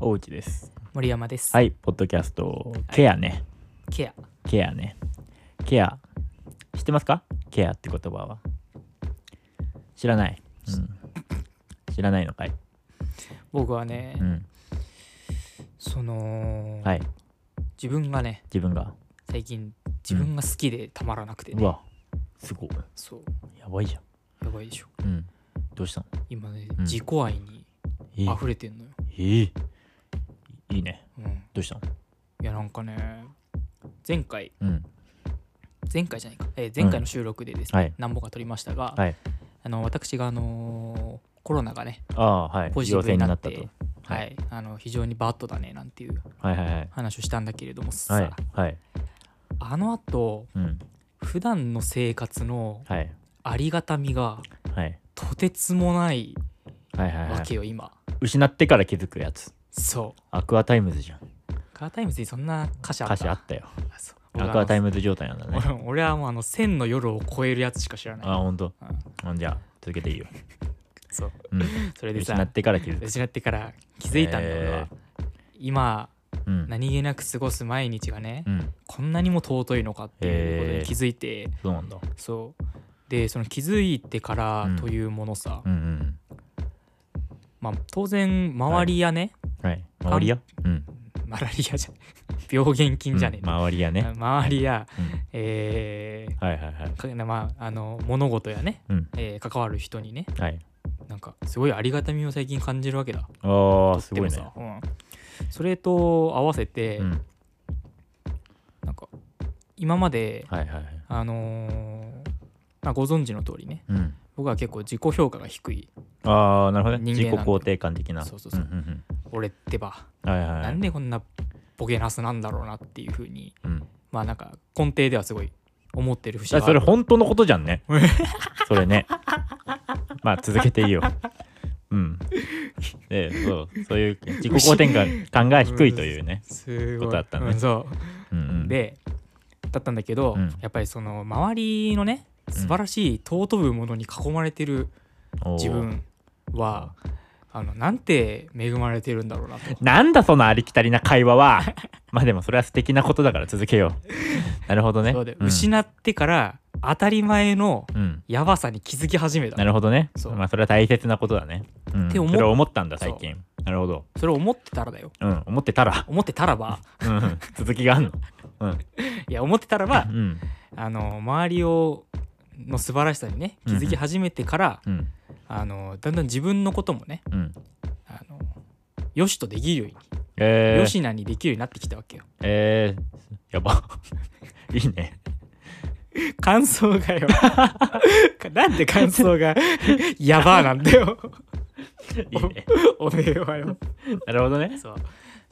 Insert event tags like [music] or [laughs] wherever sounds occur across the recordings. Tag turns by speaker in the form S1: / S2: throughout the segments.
S1: おうちです。
S2: 森山です、
S1: はい、ポッドキャスト、ケアね。
S2: ケア
S1: ケアね。ケア。知ってますかケアって言葉は。知らない。うん、知らないのかい。
S2: 僕はね、
S1: うん。
S2: その、
S1: はい、
S2: 自分がね
S1: 自分が。
S2: 最近自分が好きでたまらなくて、ね
S1: うわ、すごい。
S2: そう
S1: やばいじゃ
S2: やばいでしょ
S1: ん。うん。どうしたの
S2: 今ね、
S1: うん
S2: 自己愛に
S1: えー
S2: 溢れてんのよ、
S1: えーいいね。
S2: うん、
S1: どうしたの
S2: いやなんかね前回
S1: うん。
S2: 前回じゃないか、えー前回の収録でですね、
S1: はい
S2: 何本か撮りましたが、
S1: はい。
S2: あの私があのーコロナがね、
S1: ああ、はい。
S2: ポジティブ
S1: 陽性
S2: になって
S1: は
S2: はいいあの非常にバッドだねなんていう
S1: はいはいはい。
S2: 話をしたんだけれどもさ、
S1: はい。はい。
S2: あのあと
S1: うん。
S2: 普段の生活の
S1: はい。
S2: ありがたみが
S1: はい。
S2: とてつもない
S1: はいはいはい
S2: わけ。よ今
S1: 失ってから気づくやつ
S2: そ
S1: アクアタイムズじゃん
S2: うカータイムズにそんな歌詞あった
S1: 歌詞あったよ
S2: あそう俺
S1: ア
S2: は
S1: クアタイムズ状態なんだね
S2: 俺俺はもうあの千の夜を超えるやつしか知らない
S1: あほんと
S2: うん
S1: ほんじゃあ続けてい
S2: [laughs]
S1: いよ、
S2: そう
S1: うん、
S2: それでさ
S1: 失ってから気づく
S2: 失ってから気づいたんだ俺は、今
S1: うん
S2: 何気なく過ごす毎日がね、
S1: うん
S2: こんなにも尊いのかっていうことに気づいて、
S1: そうなんだ
S2: そうでその気づいてから
S1: うん
S2: というものさ、
S1: うんうん
S2: まあ当然周りやね、
S1: はい周りやうん
S2: マラリアじゃ病原菌じゃねえ、
S1: うん周りやね、
S2: 周りや、
S1: うん
S2: えー
S1: はいはいはい
S2: かまあ、あの物事やね、
S1: うん
S2: えー関わる人にね
S1: はい
S2: なんかすごいありがたみを最近感じるわけだ
S1: あ
S2: と
S1: あ
S2: っ
S1: す
S2: て
S1: ご
S2: も
S1: い
S2: さ
S1: ね
S2: うんそれと合わせて、
S1: うん
S2: なんか今まで、
S1: はいはいはい
S2: あのーまあ、ご存知の通りね
S1: うん
S2: 僕は結構自己評価が低い
S1: ああなるほどね
S2: 人
S1: 自己
S2: 間なんだ
S1: 肯定感的な
S2: そうそうそうん
S1: ん
S2: 俺ってば、
S1: うんはいはいは
S2: ないんでこんなボケナスなんだろうなっていうふうに
S1: うん
S2: まあなんか根底ではすごい思ってる節
S1: だ
S2: が
S1: から
S2: あ
S1: それ
S2: る
S1: 本当のことじゃん
S2: [laughs]
S1: ねそれねまあ続けていいようんでそうそういう自己肯定感が低いというね
S2: す
S1: こ
S2: ご
S1: と
S2: い
S1: あったね
S2: うんそう
S1: うんうん
S2: でだったんだけど、
S1: うん
S2: やっぱりその周りのね素晴らしい尊ぶものに囲まれてる
S1: おー
S2: 自分は、あのなんて恵まれてるんだろうなと
S1: なんだそのありきたりな会話
S2: [laughs]
S1: はまあでもそれは素敵なことだから続けようなるほどね
S2: そうで
S1: うん
S2: 失ってから当たり前の
S1: うん
S2: やばさに気づき始めた
S1: なるほどね
S2: そう
S1: まあそれは大切なことだねうん
S2: って思っ
S1: それを思ったんだ最近なるほど
S2: それを思ってたらだよ
S1: うん思ってたら
S2: 思ってた
S1: [laughs]
S2: らば
S1: うん続きがあんのうん
S2: いや思ってたらば
S1: うん
S2: あの周りをの素晴らしさにね気づき始めてから、
S1: うん
S2: あのだんだん自分のこともね
S1: うん
S2: あのよしとできるように、
S1: えー
S2: よしなにできるようになってきたわけよ
S1: えー、やば。 [laughs] いいね。
S2: 感想がよ [laughs] なんで感想がやばーなんだよ [laughs]
S1: いいね。
S2: おめえはよ
S1: なるほどね。
S2: そう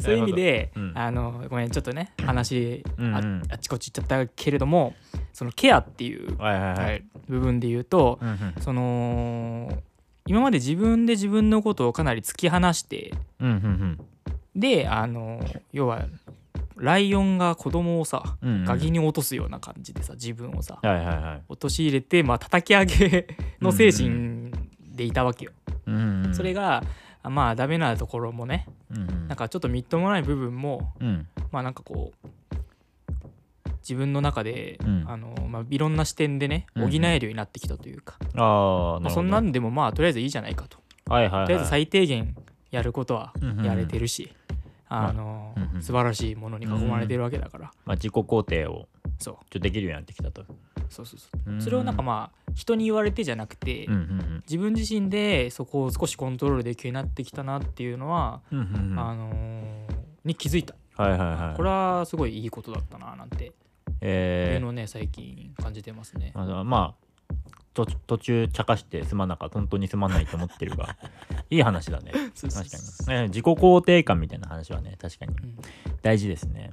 S2: そういう意味で、
S1: うん
S2: あのごめんちょっとね話あ,、
S1: うんうん
S2: あっちこっち行っちゃったけれどもそのケアっていう、
S1: はいはいはい。
S2: 部分で言うと、
S1: うんうん
S2: その今まで自分で自分のことをかなり突き放して
S1: うんうん
S2: であの要はライオンが子供をさ
S1: うんうんうん
S2: ガキに落とすような感じでさ自分をさ
S1: はいはいはい。
S2: 陥れて、まあ叩き上げの精神でいたわけよ。
S1: うんうん
S2: それ
S1: が、
S2: があまあダメなところもね
S1: うんうん
S2: なんかちょっとみっともない部分も
S1: うん
S2: まあなんかこう自分の中で、
S1: うん
S2: あのまあ、いろんな視点でね
S1: うん
S2: 補
S1: うん
S2: えるようになってきたというか、
S1: ああ、
S2: ま
S1: なる
S2: あ、
S1: ほど。
S2: そんなんでもまあとりあえずいいじゃないかと、
S1: はいはいはい。
S2: とりあえず最低限やることは
S1: うんうんうん
S2: やれてるし、あの
S1: うんうん
S2: 素晴らしいものに囲まれてるわけだから、
S1: まあ、自己肯定を
S2: そう
S1: ちょっとできるようになってきたと。
S2: そうそうそううそれをなんかまあ人に言われてじゃなくて、
S1: うんうん
S2: 自分自身でそこを少しコントロールできるようになってきたなっていうのは、
S1: うん。うんうんうん
S2: あ
S1: はい
S2: のに気づいた、
S1: はいはい。
S2: これはすごいいいことだったななんてい
S1: え
S2: う
S1: ー
S2: のをね最近感じてますね。
S1: あのまあ、と途中茶化してすまなかった本当にすまないと思ってる
S2: [laughs]
S1: がいい話だね
S2: そうそ
S1: [laughs]
S2: う
S1: 確
S2: そ
S1: か
S2: う
S1: に、ね、自己肯定感みたいな話はね確かに
S2: うん
S1: 大事ですね。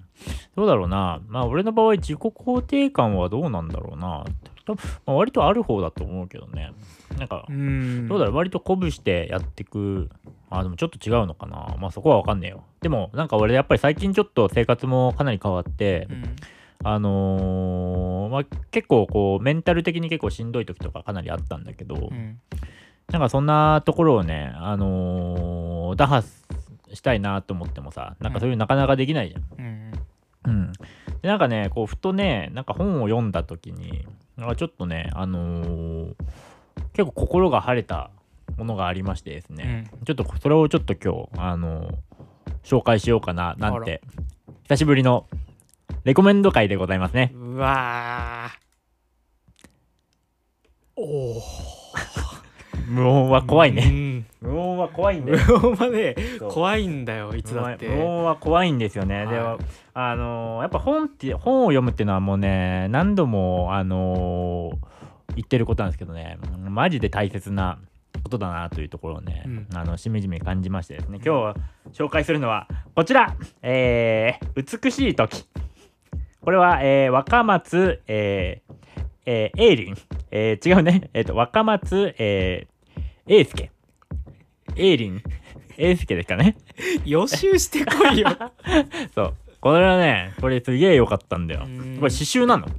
S1: どうだろうな。まあ、俺の場合、自己肯定感はどうなんだろうな。多分まあ、割とある方だと思うけどね。なんか
S2: う、ん
S1: どうだろう。割と鼓舞してやってく。あ、でもちょっと違うのかな。まあ、そこはわかんねえよ。でも、なんか俺、やっぱり最近ちょっと生活もかなり変わって、
S2: うん
S1: あのーまあ、結構こう、メンタル的に結構しんどい時とかかなりあったんだけど、
S2: うん
S1: なんかそんなところをね、あのー打破したいなと思ってもさなんかそういうなかなかできないじゃん。
S2: うん
S1: うん、でなんかねこうふとねなんか本を読んだ時になんかちょっとねあのー結構心が晴れたものがありましてです
S2: う
S1: ね、
S2: ん
S1: ちょっとそれをちょっと今日あのー紹介しようかななんて久しぶりのレコメンド会でございますね。
S2: うわーおお
S1: 無音は怖いね。
S2: [laughs] ね
S1: 無音は怖いんだ
S2: 無
S1: よ。
S2: 音はね
S1: そう
S2: 怖いんだよいつだって
S1: 無音無音は怖いんですよね。で
S2: はい
S1: あのーやっぱ本って本を読むっていうのはもうね何度もあのー言ってることなんですけどねマジで大切なことだなというところをね、
S2: うん
S1: あのしみじみ感じましてですね今日紹介するのはこちら、えー美しい時」これは、えー若松、えーえー、エイリン、えー違うね、えー、と若松、えー、エイスケエイリンエイスケですかね
S2: 予習してこいよ
S1: そう。これはね、これすげえ良かったんだよ。
S2: う
S1: こ
S2: ん
S1: れ刺繍なの刺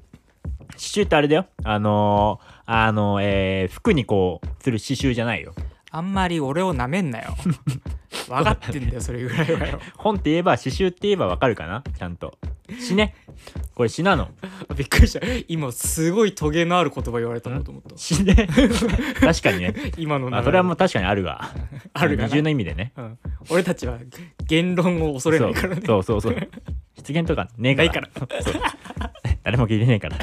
S1: 繍ってあれだよ。あのー、あの、えー服にこう、する刺繍じゃないよ。
S2: あんまり俺をなめんな
S1: [laughs]
S2: よ分かってんだよそれぐらいはよ
S1: 本って言えば、刺繍って言えばわかるかなちゃんと。詩ね。これ詩なの。
S2: びっくりした今すごいトゲのある言葉言われたのと思った
S1: 詩
S2: [laughs]
S1: ね。確かにね。
S2: 今の流
S1: ま
S2: れ
S1: あ、それはもう確かにあるが。
S2: あるが
S1: 二
S2: な
S1: 重の意味でね。
S2: うん、俺たちは言論を恐れないからね
S1: そうそうそうそう。失言とかねえから。
S2: ない
S1: そう誰も聞いてねえから。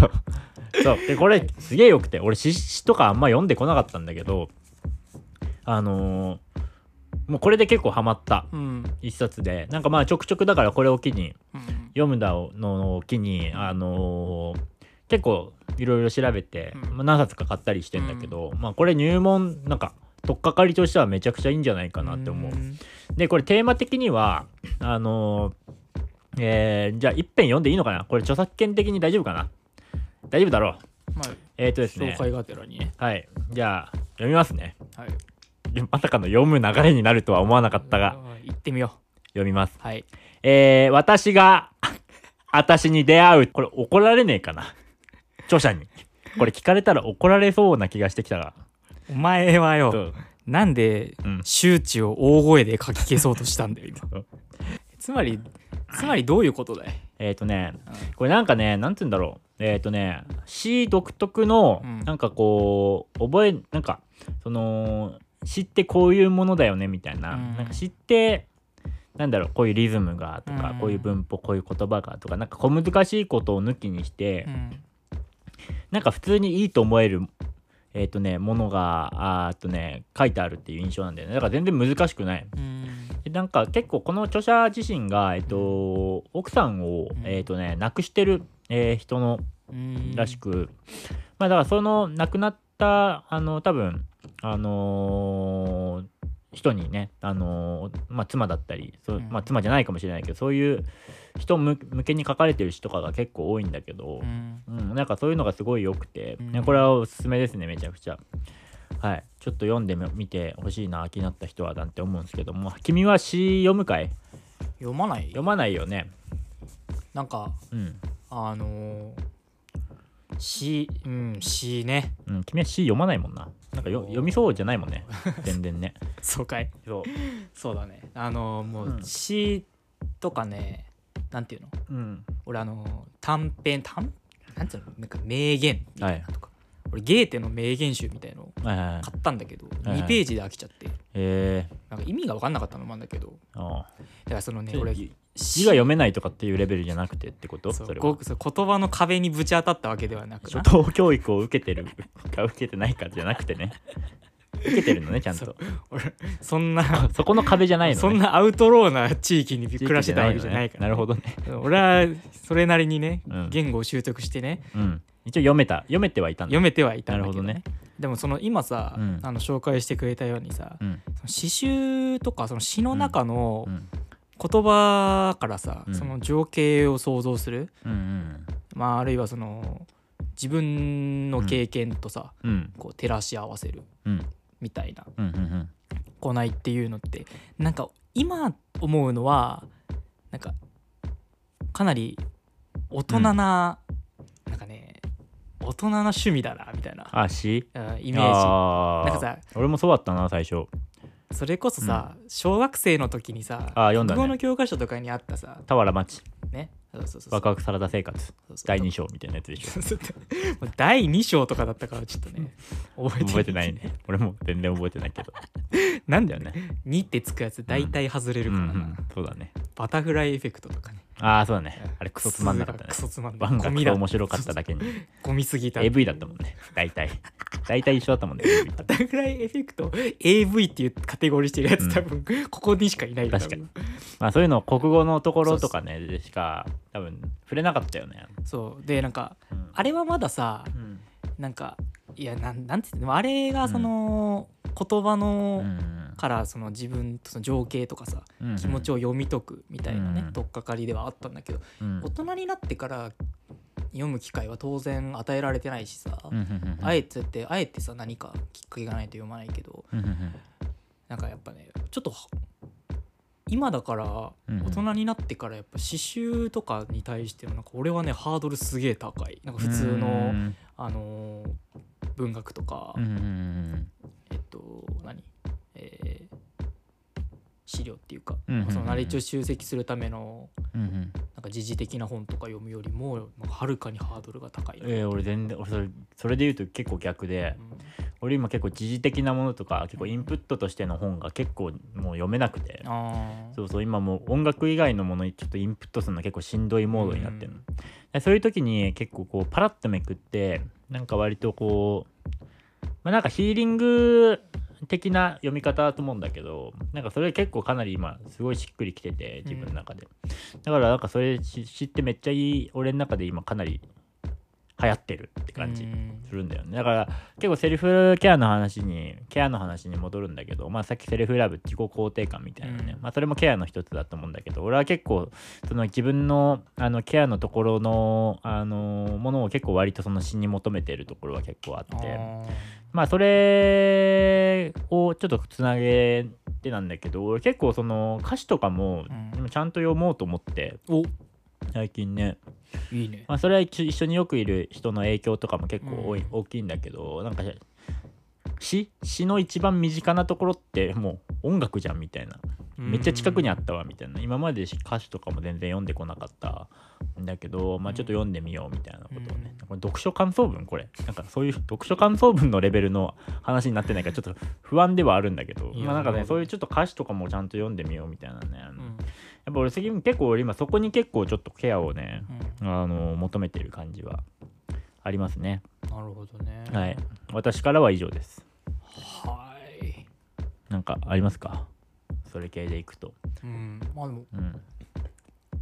S1: そう。そう。で、これすげえよくて、俺詩詩とかあんま読んでこなかったんだけど、あのーもうこれで結構ハマった
S2: うん
S1: 一冊で、なんかまあちょくちょくだからこれを機に、
S2: うん
S1: 読むだのを機に、あのー結構いろいろ調べて、
S2: うん
S1: まあ、何冊か買ったりしてんだけど、まあこれ入門、なんか、とっかかりとしてはめちゃくちゃいいんじゃないかなって思う。
S2: ん
S1: でこれテーマ的にはあのーえーじゃあ一遍読んでいいのかなこれ著作権的に大丈夫かな大丈夫だろう
S2: まあ
S1: えっ、ー、とです
S2: 紹
S1: ね
S2: 介がてらにね、
S1: はいじゃあ読みますね
S2: はい、
S1: まさかの読む流れになるとは思わなかったが
S2: うん行ってみよ
S1: 読みます
S2: うはい
S1: えー、私が私に出会うこれ怒られねえかな著者にこれ聞かれたら怒られそうな気がしてきたが
S2: お前は
S1: そ
S2: よ
S1: う
S2: なんで
S1: うん
S2: 周知を大声で書き消 [laughs] そうとしたんだよ
S1: そ
S2: 今
S1: う
S2: つまりつまりどういうことだい
S1: えっ、ー、とね
S2: う、
S1: これなんかね、なんて言うんだろう。えっ、ー、とね、詩独特の
S2: うん、
S1: なんかこう、覚え、なんか、その、詩ってこういうものだよね、みたいな。
S2: うん
S1: なんか詩って、なんだろう、こういうリズムがとか、
S2: うん
S1: こういう文法、こういう言葉がとか、なんか小難しいことを抜きにして、
S2: うん
S1: なんか普通にいいと思える、えっ、ー、とね、ものが、あーっとね、書いてあるっていう印象なんだよね。だから全然難しくない。
S2: うん
S1: でなんか結構この著者自身が、えっと、奥さんを、
S2: ん
S1: えっとね、亡くしてる、えー人の
S2: うん
S1: らしく、まあだからその亡くなったあの多分あのー人にね、あのーまあ、妻だったりそう、
S2: うん
S1: まあ、妻じゃないかもしれないけどそういう人向向けに書かれてる詩とかが結構多いんだけど
S2: う、ん
S1: うん、なんかそういうのがすごい良くて、
S2: うん
S1: ねこれはおすすめですねめちゃくちゃはいちょっと読んでみ見てほしいな気になった人はなんて思うんですけども君は詩読むかい
S2: 読まない
S1: 読まないよね
S2: なんか
S1: うん、
S2: あのー、詩うん詩ね
S1: うん、君は詩読まないもんななんかよ読みそうじゃないも
S2: [laughs]
S1: んね全然ね
S2: そうかい
S1: そ
S2: そうだねあのーもう
S1: うん
S2: 詩とかねなんていうの
S1: ううん
S2: 俺あのー短編短なんていうのなんか名言みたいなのとか、俺ゲーテの名言集みたいのを
S1: はいはいはい
S2: 買ったんだけど、
S1: いはい
S2: 2ページで飽きちゃって
S1: え
S2: なんか意味が分かんなかったのもあるんだけど
S1: ー、あ
S2: だからそのね
S1: あ
S2: 俺
S1: 字
S2: 詩
S1: 字が読めないとかっていうレベルじゃなくてってこと
S2: そ
S1: そうれは
S2: こうそう言葉の壁にぶち当たったわけではなく
S1: 初
S2: な
S1: 等教育を受けてるか受けてないかじゃなくてね受けてるのねちゃん
S2: そ
S1: と
S2: 俺そんな
S1: そこの壁じゃないの、ね、
S2: そんなアウトローな地域に暮らしてたわけじゃないから、
S1: なるほどね、
S2: 俺はそれなりにね、
S1: うん
S2: 言語を習得してね
S1: うん、一応読めた読めてはいたんだ
S2: 読めてはいたんだ
S1: なる
S2: け
S1: ほど
S2: どね
S1: ね
S2: でもその今さ、
S1: うん
S2: あの紹介してくれたようにさ、
S1: うん
S2: 詩集とかその詩の中の
S1: うん
S2: 言葉からさ、
S1: うん
S2: その情景を想像する、
S1: うん
S2: まあ、あるいはその自分の経験とさ、
S1: うんうん
S2: こう照らし合わせる
S1: うん
S2: みたいな
S1: うんうん
S2: 行いっていうのってなんか今思うのはなんかかなり大人な、なんかね大人な趣味だなみたいな
S1: あし
S2: うんイ
S1: イ
S2: メージ
S1: なん
S2: なんかさ
S1: 俺もそうだったな最初
S2: それこそさ、小学生の時にさ
S1: あー読んだね
S2: 国語の教科書とかにあったさ
S1: 俵町
S2: ねそうそうそうそう
S1: ワクワクサラダ生活
S2: そうそう
S1: 第2章みたいなやつでしょ
S2: そうそうもう [laughs] 第2章とかだったからちょっとね覚えて
S1: 覚えてないね俺も全然覚えてないけど
S2: なんだ
S1: だ
S2: よ
S1: よ
S2: ね
S1: ね
S2: 2ってつくやつ大体外れ
S1: う
S2: る
S1: ん、う
S2: からな、
S1: ん、そうだね
S2: バタフライエフェクトとかね
S1: ああそうだねあれクソつまんなかったね
S2: クソつまんな
S1: バ
S2: い
S1: ンが
S2: ゴ
S1: ク
S2: ミ
S1: ソ
S2: だ
S1: 面白かっただけに
S2: ゴミすぎた
S1: AV だったもんね大体大体一緒だったもんね AV
S2: バタフライエフェクト AV っていうカテゴリーしてるやつ多分、ここにしかいないよ
S1: 確かに
S2: 多分
S1: まあそういうの国語のところとかねでしか多分触れなかったよね、
S2: そうでなんか
S1: うん
S2: あれはまださ
S1: うん
S2: なんかいやなんなんて言ってもあれがその、言葉の、
S1: うん
S2: からその自分とその情景とかさ
S1: うん
S2: 気持ちを読み解くみたいなね、
S1: うん
S2: とっかかりではあったんだけど
S1: うん
S2: 大人になってから読む機会は当然与えられてないしさ、
S1: うんうんうん
S2: あえてってあえてさ何かきっかけがないと読まないけど
S1: うんうんうん
S2: なんかやっぱねちょっとは今だから
S1: うんうん
S2: 大人になってからやっぱ刺繍とかに対してのなんか俺はねハードルすげえ高いなんか普通の
S1: うん
S2: あのー文学とか、
S1: うんうん
S2: えっと何えー資料っていうか、
S1: うんうんうん
S2: そのナレッジを集積するための
S1: うんうん
S2: なんか時事的な本とか読むよりもなんかはるかにハードルが高いな、
S1: えー俺全然俺それそれで言うと結構逆で
S2: うん
S1: 俺今結構時事的なものとか結構インプットとしての本が結構もう読めなくて
S2: あー
S1: そうそう今もう音楽以外のものにちょっとインプットするの結構しんどいモードになってるの、
S2: うん
S1: でそういう時に結構こうパラッとめくってなんか割とこう、まあ、なんかヒーリング的な読み方だと思うんだけどなんかそれ結構かなり今すごいしっくりきてて自分の中で、だからなんかそれし知ってめっちゃいい俺の中で今かなり流行ってるって感じ、
S2: うん
S1: するんだよねだから結構セルフケアの話にケアの話に戻るんだけど、まあ、さっきセルフラブ自己肯定感みたいなね、
S2: うん
S1: まあ、それもケアの一つだと思うんだけど俺は結構その自分のあのケアのところのあのものを結構割とその詩に求めてるところは結構あ
S2: あ
S1: って
S2: ー
S1: まあそれをちょっとつなげてなんだけど俺結構その歌詞とかも
S2: うん
S1: でもちゃんと読もうと思って
S2: お
S1: 最近ね
S2: いいね
S1: まあ、それは一緒一緒によくいる人の影響とかも結構多い、
S2: うん
S1: 大きいんだけどなんか詩詩の一番身近なところってもう音楽じゃんみたいなめっちゃ近くにあったわみたいな今まで歌詞とかも全然読んでこなかったんだけど、まあ、ちょっと読んでみようみたいなことをね、
S2: うん
S1: これ読書感想文これなんかそういう読書感想文のレベルの話になってないからちょっと不安ではあるんだけど
S2: いや
S1: まあ、なんか
S2: な
S1: ね
S2: るほど
S1: そういうちょっと歌詞とかもちゃんと読んでみようみたいなね、
S2: うん、う
S1: やっ
S2: ん
S1: ぱ俺最近結構俺今そこに結構ちょっとケアをねあの求めてる感じはありますね。
S2: なるほどね
S1: はい、私からは以上です。
S2: はい
S1: なんかありますか？それ系でいくと。
S2: うんまあでも
S1: うん。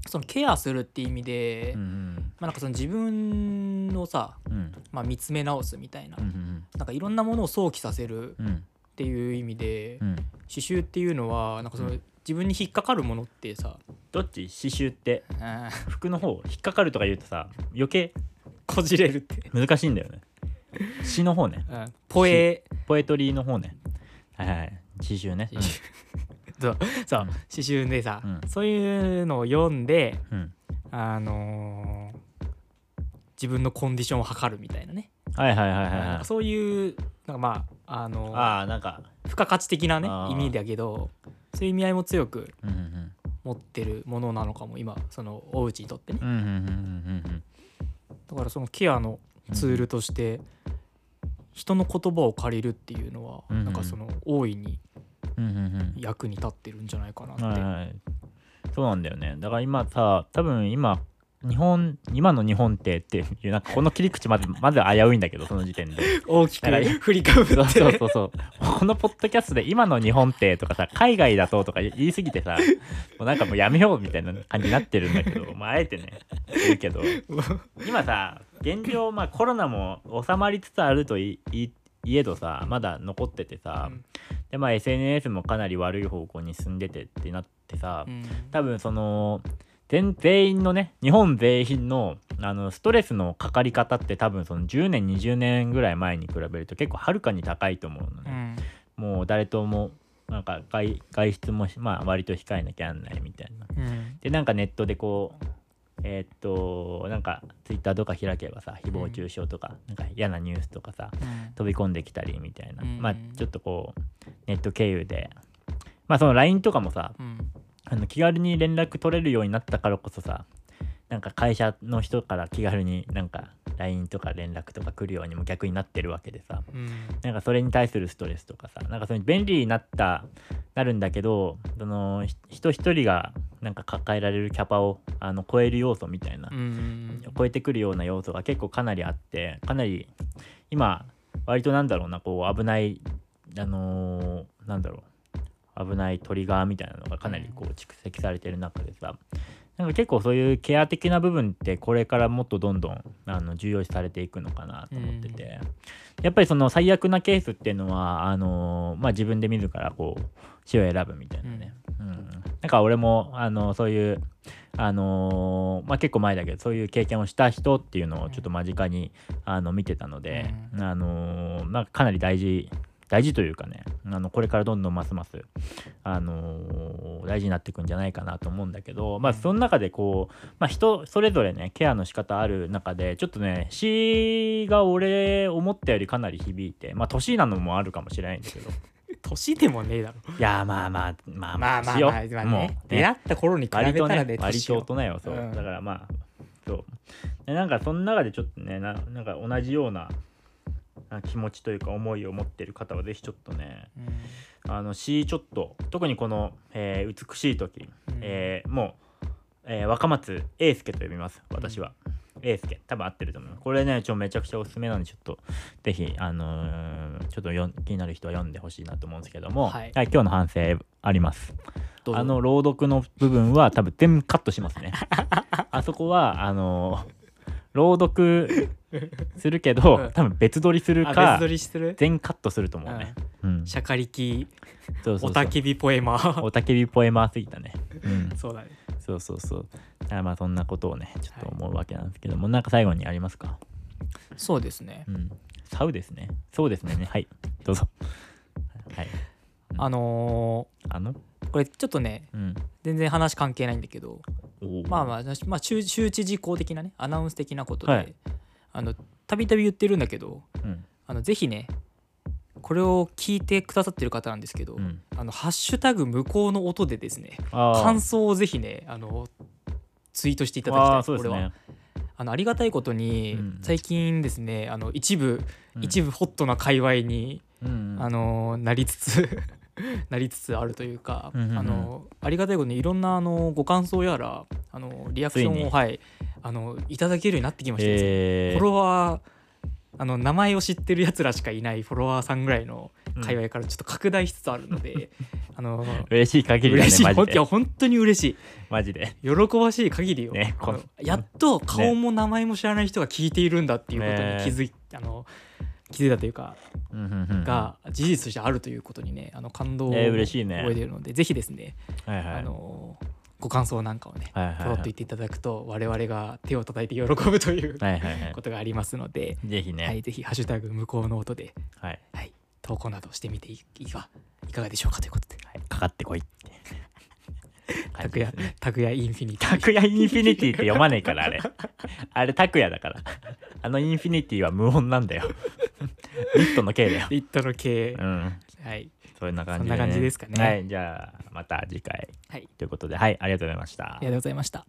S2: そのケアするって意味で、
S1: うん
S2: まあなんかその自分をさ、
S1: うんうん
S2: まあ、見つめ直すみたいな、
S1: うん
S2: なんかいろんなものを想起させる
S1: うんうん
S2: っていう意味で、
S1: うん。
S2: 刺繍っていうのはなんかその、
S1: う
S2: 自分に引っかかるものってさ、
S1: どっち刺繍って
S2: うん
S1: 服の方引っかかるとか言うとさ余計
S2: こじれるって、
S1: 難しいんだよね。詩の方ね。
S2: うんポエ
S1: ポエトリーの方ね。はいはい。刺繍ね。
S2: 刺繍そうそう
S1: うん
S2: 刺繍でさ、
S1: うん
S2: そういうのを読んで
S1: うん。
S2: あのー自分のコンディションを測るみたいなね、
S1: はいはいはいはい
S2: なん
S1: はい
S2: か。そういうなんかまああのー
S1: ああなんか。
S2: 付加価値的なね
S1: あー
S2: 意味だけどそういう意味合いも強く
S1: うんうん
S2: 持ってるものなのかも今そのおうちにとってね
S1: うんうんうんうん
S2: だからそのケアのツールとして人の言葉を借りるっていうのは、
S1: うんうん
S2: なんかその大いに
S1: うんうんうんうん。
S2: 役に立ってるんじゃないかなって、
S1: はいはい、そうなんだよねだから今さ多分今日本今の日本ってっていうなんかこの切り口
S2: [laughs]
S1: まずまず危ういんだけどその時点で
S2: 大きく
S1: だから
S2: 振りかぶって
S1: そうそうそうそうこのポッドキャストで今の日本ってとかさ海外だととか言いすぎてさもうなんかもうやめようみたいな感じになってるんだけ
S2: [laughs]
S1: ど、まあ、あえてね言うけど今さ現状、まあ、コロナも収まりつつあるといいいえどさまだ残っててさ、
S2: うん
S1: でまあ SNS もかなり悪い方向に進んでてってなってさ、
S2: うん
S1: 多分その全全員のね日本全員のあのストレスのかかり方って多分その10年20年ぐらい前に比べると結構はるかに高いと思うの
S2: う
S1: ね、
S2: ん
S1: もう誰ともなんか外外出もしまあ割と控えなきゃなんないみたいな
S2: うん
S1: でなんかネットでこうえーっとなんかツイッターとか開けばさ誹謗中傷とか、なんか嫌なニュースとかさ
S2: うん
S1: 飛び込んできたりみたいな、
S2: うん
S1: まあちょっとこうネット経由でまあその LINE とかもさ
S2: うん
S1: あの気軽に連絡取れるようになったからこそさなんか会社の人から気軽になんか LINE とか連絡とか来るようにも逆になってるわけでさ
S2: うん
S1: なんかそれに対するストレスとかさなんかそれに便利になったなるんだけどそのひ人一人がなんか抱えられるキャパをあの超える要素みたいな
S2: うん
S1: 超えてくるような要素が結構かなりあってかなり今割となんだろうなこう危ないあのーなんだろう危ないトリガーみたいなのがかなりこう蓄積されてる中でさなんか結構そういうケア的な部分ってこれからもっとどんどんあの重要視されていくのかなと思ってて、やっぱりその最悪なケースっていうのはあのーまあ、自分で自らこう死を選ぶみたいなね、うんなんか俺もあのそういうあのーまあ、結構前だけどそういう経験をした人っていうのをちょっと間近にあの見てたので、あのーまあ、かなり大事大事というかねあのこれからどんどんますます、あのー大事になっていくんじゃないかなと思うんだけど、まあ、その中でこう、まあ、人それぞれねケアの仕方ある中でちょっとね詩が俺思ったよりかなり響いて、まあ、年なのもあるかもしれないんだけ
S2: [laughs]
S1: どい
S2: 年でもねえだろ
S1: やーまあまあまあ
S2: まあまあ
S1: しよう
S2: まあまあ
S1: もう
S2: ね出会った頃に比べ
S1: 割
S2: た
S1: と
S2: らね
S1: ね割
S2: 年
S1: と
S2: を
S1: 大人よそう、
S2: うん
S1: だからまあそうでなんかその中でちょっとねななんか同じようなあ気持ちというか思いを持ってる方はぜひちょっとね
S2: うん
S1: あの詩ちょっと特にこの、えー美しい時、
S2: うん
S1: えーもう、えー若松英介と呼びます私は、英介多分合ってると思うこれねちょめちゃくちゃおすすめなんでちょっとぜひあのーちょっとよん気になる人は読んでほしいなと思うんですけども、
S2: はい
S1: 今日の反省あります
S2: どうぞ
S1: あの朗読の部分は多分全部カットします
S2: [laughs]
S1: ねあそこはあの朗読するけど、
S2: うん
S1: 多分別撮りする
S2: あ
S1: か
S2: 別撮りしてる
S1: 全カットすると思うね、うん
S2: シャカリキ
S1: そうそうそう
S2: おたけびポエマー
S1: おたけびポエマーすぎたね、うん、
S2: そうだね
S1: そうそうそうだからまあそんなことをねちょっと思うわけなんですけども、なんか最後にありますか
S2: そうですね
S1: うんサウですねそうですねはいどうぞはい
S2: あの
S1: あの
S2: ーこれちょっとね
S1: うん
S2: 全然話関係ないんだけど
S1: おー
S2: まあまあ、まあ、周周知事項的なねアナウンス的なことで、
S1: はい
S2: あのたびたび言ってるんだけど
S1: うん
S2: あのぜひねこれを聞いてくださってる方なんですけど、
S1: うん
S2: あのハッシュタグ向こうの音でですね
S1: あー
S2: 感想をぜひねあのツイートしていただき
S1: あ
S2: た
S1: ー
S2: い
S1: そうで
S2: こ
S1: す
S2: れは
S1: ね
S2: あのありがたいことに、
S1: うん
S2: 最近ですねあの一部、
S1: うん
S2: 一部ホットな界隈に、
S1: うん
S2: あのなりつつ [laughs] なりつつあるというか、
S1: うんうんうん
S2: あのありがたいことにいろんなあのご感想やらあのリアクショ
S1: つい
S2: ン
S1: に
S2: をはいあのいただけるようになってきましたですね、
S1: えー
S2: フォロワーあの名前を知ってるやつらしかいないフォロワーさんぐらいの界
S1: うん
S2: 隈からちょっと拡大しつつあるので、
S1: [laughs]
S2: あの
S1: 嬉しい限りだね
S2: 嬉しい
S1: マ
S2: ほ
S1: ジ
S2: んいや
S1: で
S2: 本当に嬉しい
S1: マジで
S2: 喜ばしい限りよ、
S1: ね
S2: あ
S1: こ
S2: の
S1: の
S2: やっと顔も名前も知らない人が聞いているんだっていうことに気づい、あの気づいたというか、
S1: うんうんうん
S2: が事実としてあるということにねあの感動を覚
S1: えー
S2: え
S1: 嬉しいね
S2: ているので、ぜひですね、
S1: はいはい
S2: あのご感想なんかをね
S1: はいは
S2: ポ
S1: い
S2: ロ
S1: は
S2: ッと言っ
S1: い
S2: ていただくと我々が手を叩いて喜ぶという、
S1: はいはいはい
S2: ことがありますので、
S1: ぜひ
S2: は
S1: ね
S2: い、ぜひ「ハッシュタグ向こうの音で
S1: はい」
S2: はい、投稿などしてみていいかいかがでしょうかということで
S1: はいかかってこ [laughs] いって感
S2: 拓
S1: じで
S2: 也
S1: すね
S2: 拓也インフィニティ
S1: 拓也インフィニティって読まねえからあれ [laughs] あれ拓也だからあのインフィニティは無音なんだよ [laughs] リットの K だよ
S2: リットの系、
S1: うん
S2: はい、
S1: そんな感じで、ね、
S2: そんな感じですかね
S1: はいじゃあまた次回
S2: はい、
S1: ということではいありがとうございました
S2: ありがとうございました